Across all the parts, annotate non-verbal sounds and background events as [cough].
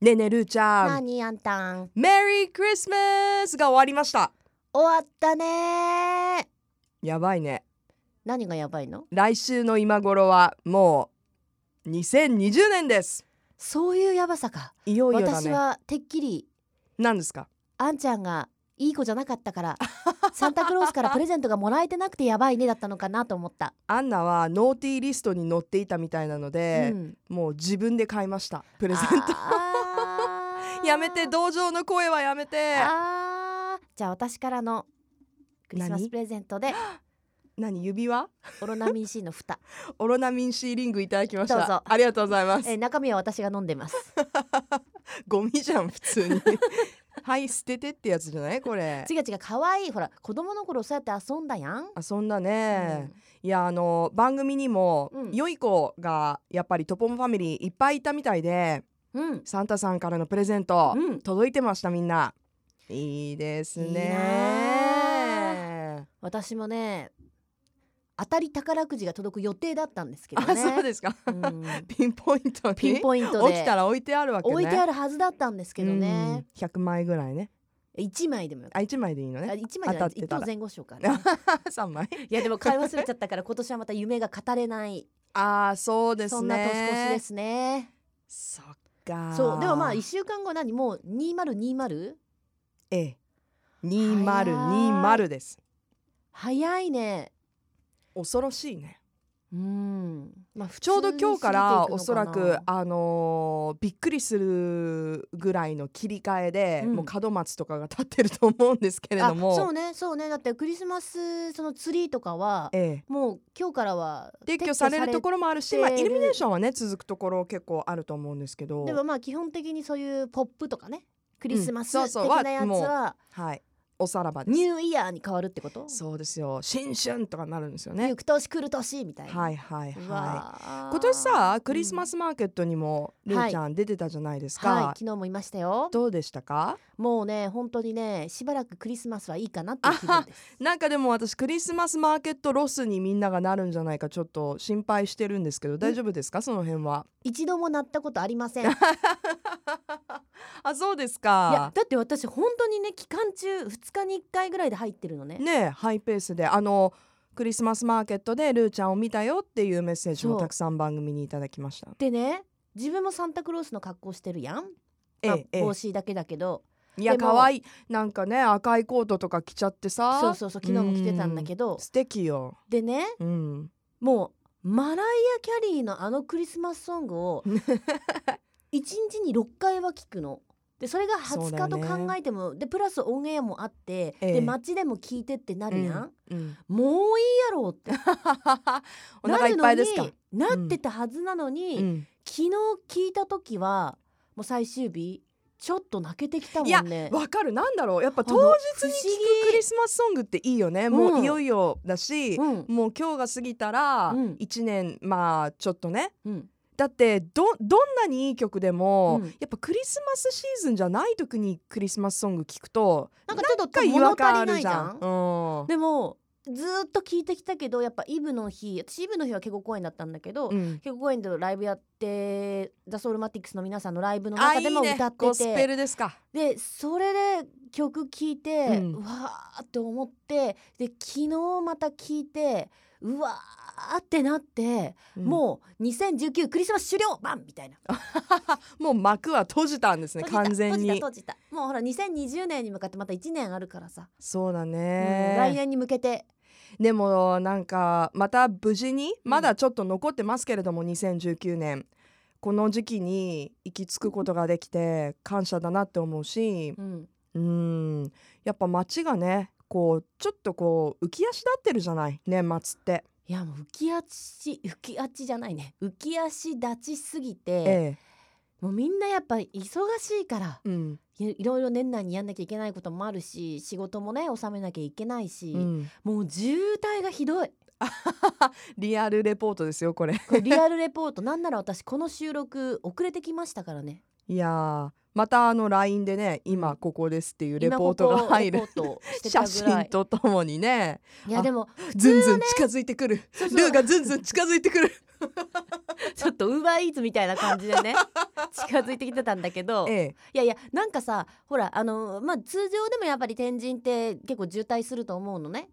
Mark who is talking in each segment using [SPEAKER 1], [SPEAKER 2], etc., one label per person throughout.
[SPEAKER 1] ねえねえルーちゃ
[SPEAKER 2] なんにあんたん
[SPEAKER 1] メリークリスマスが終わりました
[SPEAKER 2] 終わったねー
[SPEAKER 1] やばいね
[SPEAKER 2] 何がやばいの
[SPEAKER 1] 来週の今頃はもう2020年です
[SPEAKER 2] そういうやばさか、
[SPEAKER 1] いよいよだ
[SPEAKER 2] 私
[SPEAKER 1] ね
[SPEAKER 2] はてっきり
[SPEAKER 1] 何ですか
[SPEAKER 2] あんちゃんがいい子じゃなかったから [laughs] サンタクロースからプレゼントがもらえてなくてやばいねだったのかなと思った、
[SPEAKER 1] アンナはノーティーリストに載っていたみたいなので
[SPEAKER 2] う、ん
[SPEAKER 1] もう自分で買いましたプ
[SPEAKER 2] プ
[SPEAKER 1] レゼント
[SPEAKER 2] ト
[SPEAKER 1] [laughs] やめて同情の声はやめて
[SPEAKER 2] あーじゃあ私からのクリスマス
[SPEAKER 1] 何
[SPEAKER 2] プレゼントで
[SPEAKER 1] 何指輪
[SPEAKER 2] オロナミン C の [laughs] 蓋
[SPEAKER 1] オロナミン C リングいただきまし
[SPEAKER 2] どう
[SPEAKER 1] た
[SPEAKER 2] ぞ
[SPEAKER 1] ありがとうございます
[SPEAKER 2] え中身は私が飲んでます
[SPEAKER 1] ゴミじゃん普通
[SPEAKER 2] [laughs]
[SPEAKER 1] にはい捨ててってやつじゃないこれ
[SPEAKER 2] 違う違う可愛いほら子供の頃そうやって遊んだやん、
[SPEAKER 1] 遊んだ
[SPEAKER 2] う
[SPEAKER 1] ね
[SPEAKER 2] ん、
[SPEAKER 1] いやあの番組にも、
[SPEAKER 2] うん
[SPEAKER 1] 良い子がやっぱりトポンファミリーいっぱいいたみたいで
[SPEAKER 2] うん、
[SPEAKER 1] サンタさんからのプレゼント、
[SPEAKER 2] うん
[SPEAKER 1] 届いてましたみんないいです
[SPEAKER 2] いいな
[SPEAKER 1] ね
[SPEAKER 2] 私もね当たり宝くじが届く予定だったんですけどね
[SPEAKER 1] あそうですか、
[SPEAKER 2] うん
[SPEAKER 1] [laughs] ピンポイントに
[SPEAKER 2] ピンポイントで
[SPEAKER 1] 起きたら置いてあるわけね
[SPEAKER 2] 置いてあ
[SPEAKER 1] る
[SPEAKER 2] るはずだったんですけどね、
[SPEAKER 1] 100枚ぐらいね
[SPEAKER 2] 一1枚でもよか
[SPEAKER 1] あ1枚でいいの [laughs]
[SPEAKER 2] ったあ
[SPEAKER 1] ね
[SPEAKER 2] 一枚じゃない
[SPEAKER 1] 当たってた
[SPEAKER 2] 1
[SPEAKER 1] ら
[SPEAKER 2] 等前後賞か
[SPEAKER 1] [laughs]
[SPEAKER 2] な
[SPEAKER 1] 3枚
[SPEAKER 2] いやでも買い忘れちゃったから今年はまた夢が語れない、
[SPEAKER 1] ああそうですね
[SPEAKER 2] そんな年越しですね
[SPEAKER 1] そっか
[SPEAKER 2] そうでもまあ1週間後何もう 2020?
[SPEAKER 1] ええ2020です
[SPEAKER 2] 早いね
[SPEAKER 1] 恐ろしいね
[SPEAKER 2] うんまあ
[SPEAKER 1] ちょうど今日から
[SPEAKER 2] 普
[SPEAKER 1] お
[SPEAKER 2] 通
[SPEAKER 1] そ
[SPEAKER 2] に過
[SPEAKER 1] ら
[SPEAKER 2] ぎていくのかな
[SPEAKER 1] くあのーびっくりするぐらいの切り替えで、
[SPEAKER 2] うん
[SPEAKER 1] もう門松とかが立ってると思うんですけれども
[SPEAKER 2] あそうねそうねだってクリスマスそのツリーとかは
[SPEAKER 1] ええ
[SPEAKER 2] もう今日からは
[SPEAKER 1] 撤去されるところもあるし、
[SPEAKER 2] 撤去
[SPEAKER 1] まあ、
[SPEAKER 2] されて
[SPEAKER 1] イ
[SPEAKER 2] る
[SPEAKER 1] ルミネーションはね続くところ結構あると思うんですけど
[SPEAKER 2] でもまあ基本的にそういうポップとかねクリスマス
[SPEAKER 1] うん
[SPEAKER 2] 的
[SPEAKER 1] そうそう
[SPEAKER 2] なやつ
[SPEAKER 1] は
[SPEAKER 2] は
[SPEAKER 1] はいおさらばで
[SPEAKER 2] ニ
[SPEAKER 1] す
[SPEAKER 2] ューイヤーに変わるってこと
[SPEAKER 1] そうですよ新春とかなるんですよね
[SPEAKER 2] 行く年来る年みたいな。
[SPEAKER 1] はいはい
[SPEAKER 2] い
[SPEAKER 1] はい今年さクリスマ
[SPEAKER 2] ス
[SPEAKER 1] スマーケットにも
[SPEAKER 2] うん
[SPEAKER 1] ルーちゃん出てたじゃないですか、
[SPEAKER 2] はい、昨日もいましたよ
[SPEAKER 1] どうでしたか
[SPEAKER 2] もうね本当にねしばらくクリスマスはいいかなっていう気分です
[SPEAKER 1] [laughs] なんかでも私クリスマスマーケットロスにみんながなるんじゃないかちょっと心配してるんですけど大丈夫ですかその辺
[SPEAKER 2] [laughs]
[SPEAKER 1] は
[SPEAKER 2] 一度もなったことあり
[SPEAKER 1] [laughs]
[SPEAKER 2] ませんいや
[SPEAKER 1] あそうです
[SPEAKER 2] だ
[SPEAKER 1] か
[SPEAKER 2] って私本当にね期間中2日に1回ぐらいで入ってるのね
[SPEAKER 1] ねえハイペースであのクリスマスマーケットでルーちゃんを見たよっていうメッセージも
[SPEAKER 2] そう
[SPEAKER 1] たくさん番組にいただきました
[SPEAKER 2] でね自分もサンタクロースの格好してるやん、
[SPEAKER 1] え
[SPEAKER 2] まあ
[SPEAKER 1] ええ
[SPEAKER 2] 帽子だけだけど
[SPEAKER 1] えいや
[SPEAKER 2] でも
[SPEAKER 1] 可愛いなんかね赤いコートとか着ちゃってさ
[SPEAKER 2] そうそうそう昨日も着てたんだけど
[SPEAKER 1] 素敵よ
[SPEAKER 2] でね
[SPEAKER 1] うん
[SPEAKER 2] もうマライア・キャリーのあのクリスマスソングを一日に6回は聞くの。でそれが
[SPEAKER 1] そう
[SPEAKER 2] 20
[SPEAKER 1] だよ
[SPEAKER 2] 日と
[SPEAKER 1] ね
[SPEAKER 2] 考えても、でプラスオンエアもあって、
[SPEAKER 1] ええ
[SPEAKER 2] で街でも聞いてってなるやん、
[SPEAKER 1] うん
[SPEAKER 2] [laughs] もういいやろうって
[SPEAKER 1] [laughs] お腹いっぱいです
[SPEAKER 2] な
[SPEAKER 1] か
[SPEAKER 2] るのになってたはずなのに、
[SPEAKER 1] うん
[SPEAKER 2] 昨日聞いた時はもう最終日ちょっと泣けてきたもんね。
[SPEAKER 1] わかるなんだろうやっぱ
[SPEAKER 2] あ
[SPEAKER 1] 当
[SPEAKER 2] の
[SPEAKER 1] 日に聴
[SPEAKER 2] 不思
[SPEAKER 1] く
[SPEAKER 2] 議
[SPEAKER 1] クリスマスソングっていいよねもううんいよいよだし、
[SPEAKER 2] うん
[SPEAKER 1] もう今日が過ぎたら
[SPEAKER 2] うん
[SPEAKER 1] 1年、まあちょっとね
[SPEAKER 2] うん、
[SPEAKER 1] だってどどんなにいい曲でも、
[SPEAKER 2] うん
[SPEAKER 1] やっぱクリスマスシーズンじゃない時にクリスマスソング聞くと
[SPEAKER 2] なんかちょっ
[SPEAKER 1] な
[SPEAKER 2] と
[SPEAKER 1] んか
[SPEAKER 2] 物足りないじゃん。
[SPEAKER 1] うん
[SPEAKER 2] でもずーっと聞いてきたけどやっぱイブの日私イブの日は結構公演だったんだけど、
[SPEAKER 1] うん
[SPEAKER 2] 結構公演でライブやってザ・ソウルマティックスの皆さんのライブの中でも歌ってて
[SPEAKER 1] ゴスペルですか
[SPEAKER 2] でそれで曲聴いて、
[SPEAKER 1] う
[SPEAKER 2] うんわーって思ってで昨日また聴いてうわーってなって、もう2019クリスマス終了バンみたいな
[SPEAKER 1] うんもう幕は閉じたんですね
[SPEAKER 2] 閉
[SPEAKER 1] 完
[SPEAKER 2] じた
[SPEAKER 1] 全
[SPEAKER 2] 閉じた
[SPEAKER 1] に
[SPEAKER 2] 閉じたもうほら2020年に向かってまた1年あるからさ、
[SPEAKER 1] そうだ
[SPEAKER 2] う
[SPEAKER 1] ね
[SPEAKER 2] ん、来年に向けて
[SPEAKER 1] でもなんかまた無事に
[SPEAKER 2] うん
[SPEAKER 1] まだちょっと残ってますけれども、2019年この時期に行き着くことができて感謝だなって思うし
[SPEAKER 2] うん
[SPEAKER 1] うんやっぱ街がねこうちょっとこう浮き足立ってるじゃない年末って、
[SPEAKER 2] いやもう浮き足浮き足じゃないね浮き足立ちすぎて、
[SPEAKER 1] え
[SPEAKER 2] もうみんなやっぱ忙しいから
[SPEAKER 1] えうん
[SPEAKER 2] いいろいろ年内にやんなきゃいけないこともあるし仕事もね納めなきゃいけないし、
[SPEAKER 1] うん、
[SPEAKER 2] もう渋滞がひ
[SPEAKER 1] [laughs]
[SPEAKER 2] どい
[SPEAKER 1] リアルレポートですよこれ
[SPEAKER 2] これリアルレポートなんなら私この収録遅れてきましたからね
[SPEAKER 1] いやーまたあの LINE でね今ここですっていうレポートが入る
[SPEAKER 2] 今ここレポートしてた
[SPEAKER 1] 写
[SPEAKER 2] ぐら
[SPEAKER 1] 真
[SPEAKER 2] い
[SPEAKER 1] とともにね
[SPEAKER 2] いやでも
[SPEAKER 1] ずんずん近づいてくる、
[SPEAKER 2] そうそう
[SPEAKER 1] ルーがずんずん近づいてくる
[SPEAKER 2] ちょっとウーバーイーツみたいな感じで
[SPEAKER 1] [laughs]
[SPEAKER 2] ね近づいてきてたんだけど、
[SPEAKER 1] ええ
[SPEAKER 2] いやいやなんかさほらあのまあ通常でもやっぱり天神って結構渋滞すると思うのね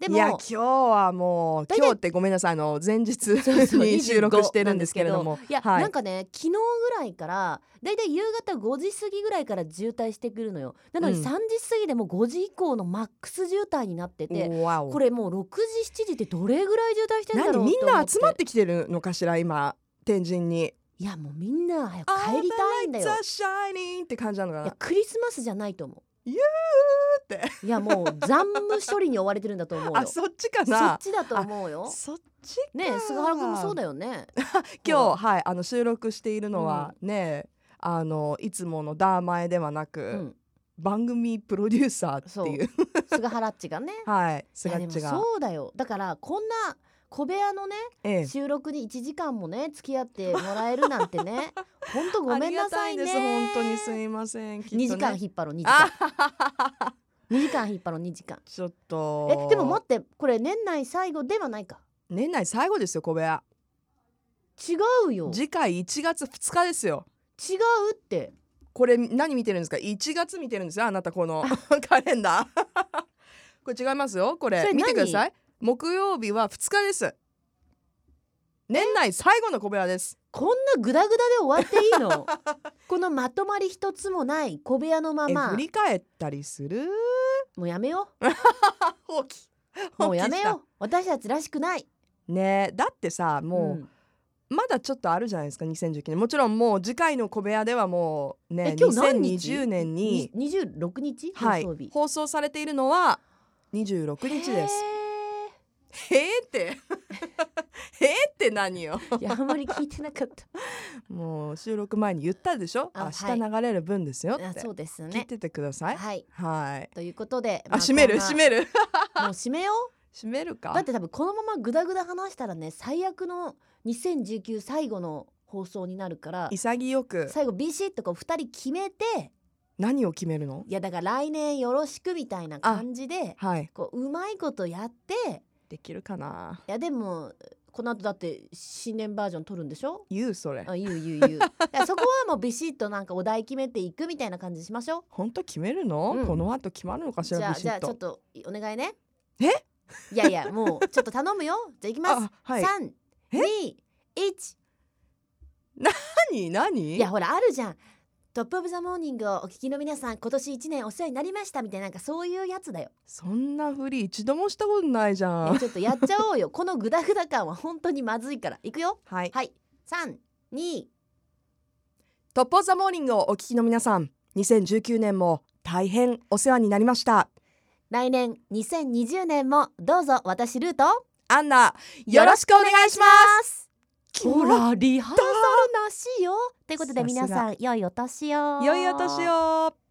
[SPEAKER 2] で
[SPEAKER 1] いや
[SPEAKER 2] も
[SPEAKER 1] 今日はもう
[SPEAKER 2] 大体
[SPEAKER 1] 今日ってごめんなさいあの前日
[SPEAKER 2] そうそう
[SPEAKER 1] [laughs] に収録してる
[SPEAKER 2] 25
[SPEAKER 1] んですけれども
[SPEAKER 2] なんですけどいや、
[SPEAKER 1] はい
[SPEAKER 2] なんかね昨日ぐらいからだいたい夕方5時過ぎぐらいから渋滞してくるのよなのに
[SPEAKER 1] う
[SPEAKER 2] 3
[SPEAKER 1] ん
[SPEAKER 2] 時過ぎでも5時以降のマックス渋滞になってて、
[SPEAKER 1] わお
[SPEAKER 2] これもう6時7時ってどれぐらい渋滞してんだろう
[SPEAKER 1] 何みん
[SPEAKER 2] 思
[SPEAKER 1] な集まってきてるのかしら今天神に
[SPEAKER 2] いやもうみんな早く帰りたいんだよ
[SPEAKER 1] It's a shining って感じなのか
[SPEAKER 2] い
[SPEAKER 1] な
[SPEAKER 2] やクリスマスじゃないと思
[SPEAKER 1] って
[SPEAKER 2] ういやもう残務処理に追われてるんだと思うよ
[SPEAKER 1] あそっちか
[SPEAKER 2] そっ
[SPEAKER 1] な
[SPEAKER 2] ちだと思うよ
[SPEAKER 1] そっちか
[SPEAKER 2] ねえ菅原君もそうだよね
[SPEAKER 1] 今日はいあの収録しているのはね、あのいつものダーマエではなく、
[SPEAKER 2] ほらうん
[SPEAKER 1] 番組プロデューサーっていう
[SPEAKER 2] 菅原っちがね
[SPEAKER 1] [laughs] はい
[SPEAKER 2] い
[SPEAKER 1] ス
[SPEAKER 2] や
[SPEAKER 1] ガ
[SPEAKER 2] で
[SPEAKER 1] ッ
[SPEAKER 2] も
[SPEAKER 1] チが
[SPEAKER 2] そうだよだからこんな小部屋のね
[SPEAKER 1] ええ
[SPEAKER 2] 収録に1時間もね付き合ってもらえるなん
[SPEAKER 1] [laughs]
[SPEAKER 2] てねほんとごめんなさいね
[SPEAKER 1] ありがたいです本当にすみませんきっと、ね、
[SPEAKER 2] 2時間引っ張ろう2時間
[SPEAKER 1] あ
[SPEAKER 2] 2時間引っ張ろう2時間
[SPEAKER 1] ちょっと
[SPEAKER 2] えでも待ってこれ年内最後ではないか
[SPEAKER 1] 年内最後ですよ小部屋
[SPEAKER 2] 違うよ違う
[SPEAKER 1] 次回1月2日ですよ
[SPEAKER 2] って
[SPEAKER 1] これ何見てるんですか1月見てるんですよあなたこの [laughs] カレンダー [laughs] これ違いますよこれ
[SPEAKER 2] それ何
[SPEAKER 1] 見てください木曜日は2日です年内最後の小部屋です
[SPEAKER 2] こんなグダグダで終わっていい
[SPEAKER 1] [laughs]
[SPEAKER 2] のこのまとまり一つもない小部屋のま
[SPEAKER 1] え
[SPEAKER 2] ま
[SPEAKER 1] 振り返ったりす
[SPEAKER 2] [laughs]
[SPEAKER 1] る
[SPEAKER 2] もうやめよ
[SPEAKER 1] [laughs] あ放棄
[SPEAKER 2] うもうやめよう私たちらしくないう
[SPEAKER 1] ねえだってさも
[SPEAKER 2] ん
[SPEAKER 1] うまだちょっとあるじゃないですか2019年もちろんもう次回の小部屋ではもうね
[SPEAKER 2] え今日何日
[SPEAKER 1] 2020年に
[SPEAKER 2] に26日
[SPEAKER 1] は
[SPEAKER 2] 放
[SPEAKER 1] い
[SPEAKER 2] 送日、
[SPEAKER 1] 放送されているのは26日ですへえって [laughs] へえって何よ
[SPEAKER 2] へーいやあんまり聞いてなかっ
[SPEAKER 1] もう収録前に言ったでしょ
[SPEAKER 2] あ
[SPEAKER 1] 明
[SPEAKER 2] はい
[SPEAKER 1] 日流れる分ですよった
[SPEAKER 2] [laughs] あ
[SPEAKER 1] て
[SPEAKER 2] そうです
[SPEAKER 1] 聞い
[SPEAKER 2] ね
[SPEAKER 1] ててください
[SPEAKER 2] はい
[SPEAKER 1] はい
[SPEAKER 2] ということで
[SPEAKER 1] あ閉める閉め
[SPEAKER 2] る
[SPEAKER 1] る [laughs]
[SPEAKER 2] [laughs] もう閉めよ
[SPEAKER 1] 閉める
[SPEAKER 2] う
[SPEAKER 1] か
[SPEAKER 2] だって多分このままグダグダ話したらね最悪の2019最後の放送になるから
[SPEAKER 1] 潔く
[SPEAKER 2] 最後ビシッとこう2人決めて
[SPEAKER 1] 何を決めるの
[SPEAKER 2] いやだから来年よろしくみたいな感じで
[SPEAKER 1] はい
[SPEAKER 2] こううまいことやって
[SPEAKER 1] できるかない
[SPEAKER 2] やでもこの後だって新年バージョン撮るんでしょ
[SPEAKER 1] 言うそれ
[SPEAKER 2] あ言う言う言うだからそこはもうビシッとなんかお題決めていくみたいな感じにしましょう
[SPEAKER 1] 本当決めるの、
[SPEAKER 2] うん
[SPEAKER 1] この後決まるのかし
[SPEAKER 2] じ
[SPEAKER 1] ら
[SPEAKER 2] ゃあ
[SPEAKER 1] ビシ
[SPEAKER 2] じゃ
[SPEAKER 1] ッ
[SPEAKER 2] あち
[SPEAKER 1] と
[SPEAKER 2] ょっとお願いね
[SPEAKER 1] え
[SPEAKER 2] いやいやもうちょっと頼むよじゃあいきます
[SPEAKER 1] あはい
[SPEAKER 2] 三
[SPEAKER 1] え
[SPEAKER 2] 二一
[SPEAKER 1] 何何
[SPEAKER 2] いやほらあるじゃんトップオブザモーニングをお聞きの皆さん今年一年お世話になりましたみたいななんかそういうやつだよ
[SPEAKER 1] そんなふり一度もしたことないじゃ
[SPEAKER 2] え
[SPEAKER 1] ん
[SPEAKER 2] ちょっとやっちゃおうよ [laughs] このグダグダ感は本当にまずいからいくよ
[SPEAKER 1] はい
[SPEAKER 2] はい三二
[SPEAKER 1] トップオブザモーニングをお聞きの皆さん2019年も大変お世話になりました
[SPEAKER 2] 来年2020年もどうぞ私ルート
[SPEAKER 1] アンナよろしくお願いします
[SPEAKER 2] ほらリハーサルなしよということ
[SPEAKER 1] さす
[SPEAKER 2] で
[SPEAKER 1] が
[SPEAKER 2] 皆さん良いお年を
[SPEAKER 1] 良いお年を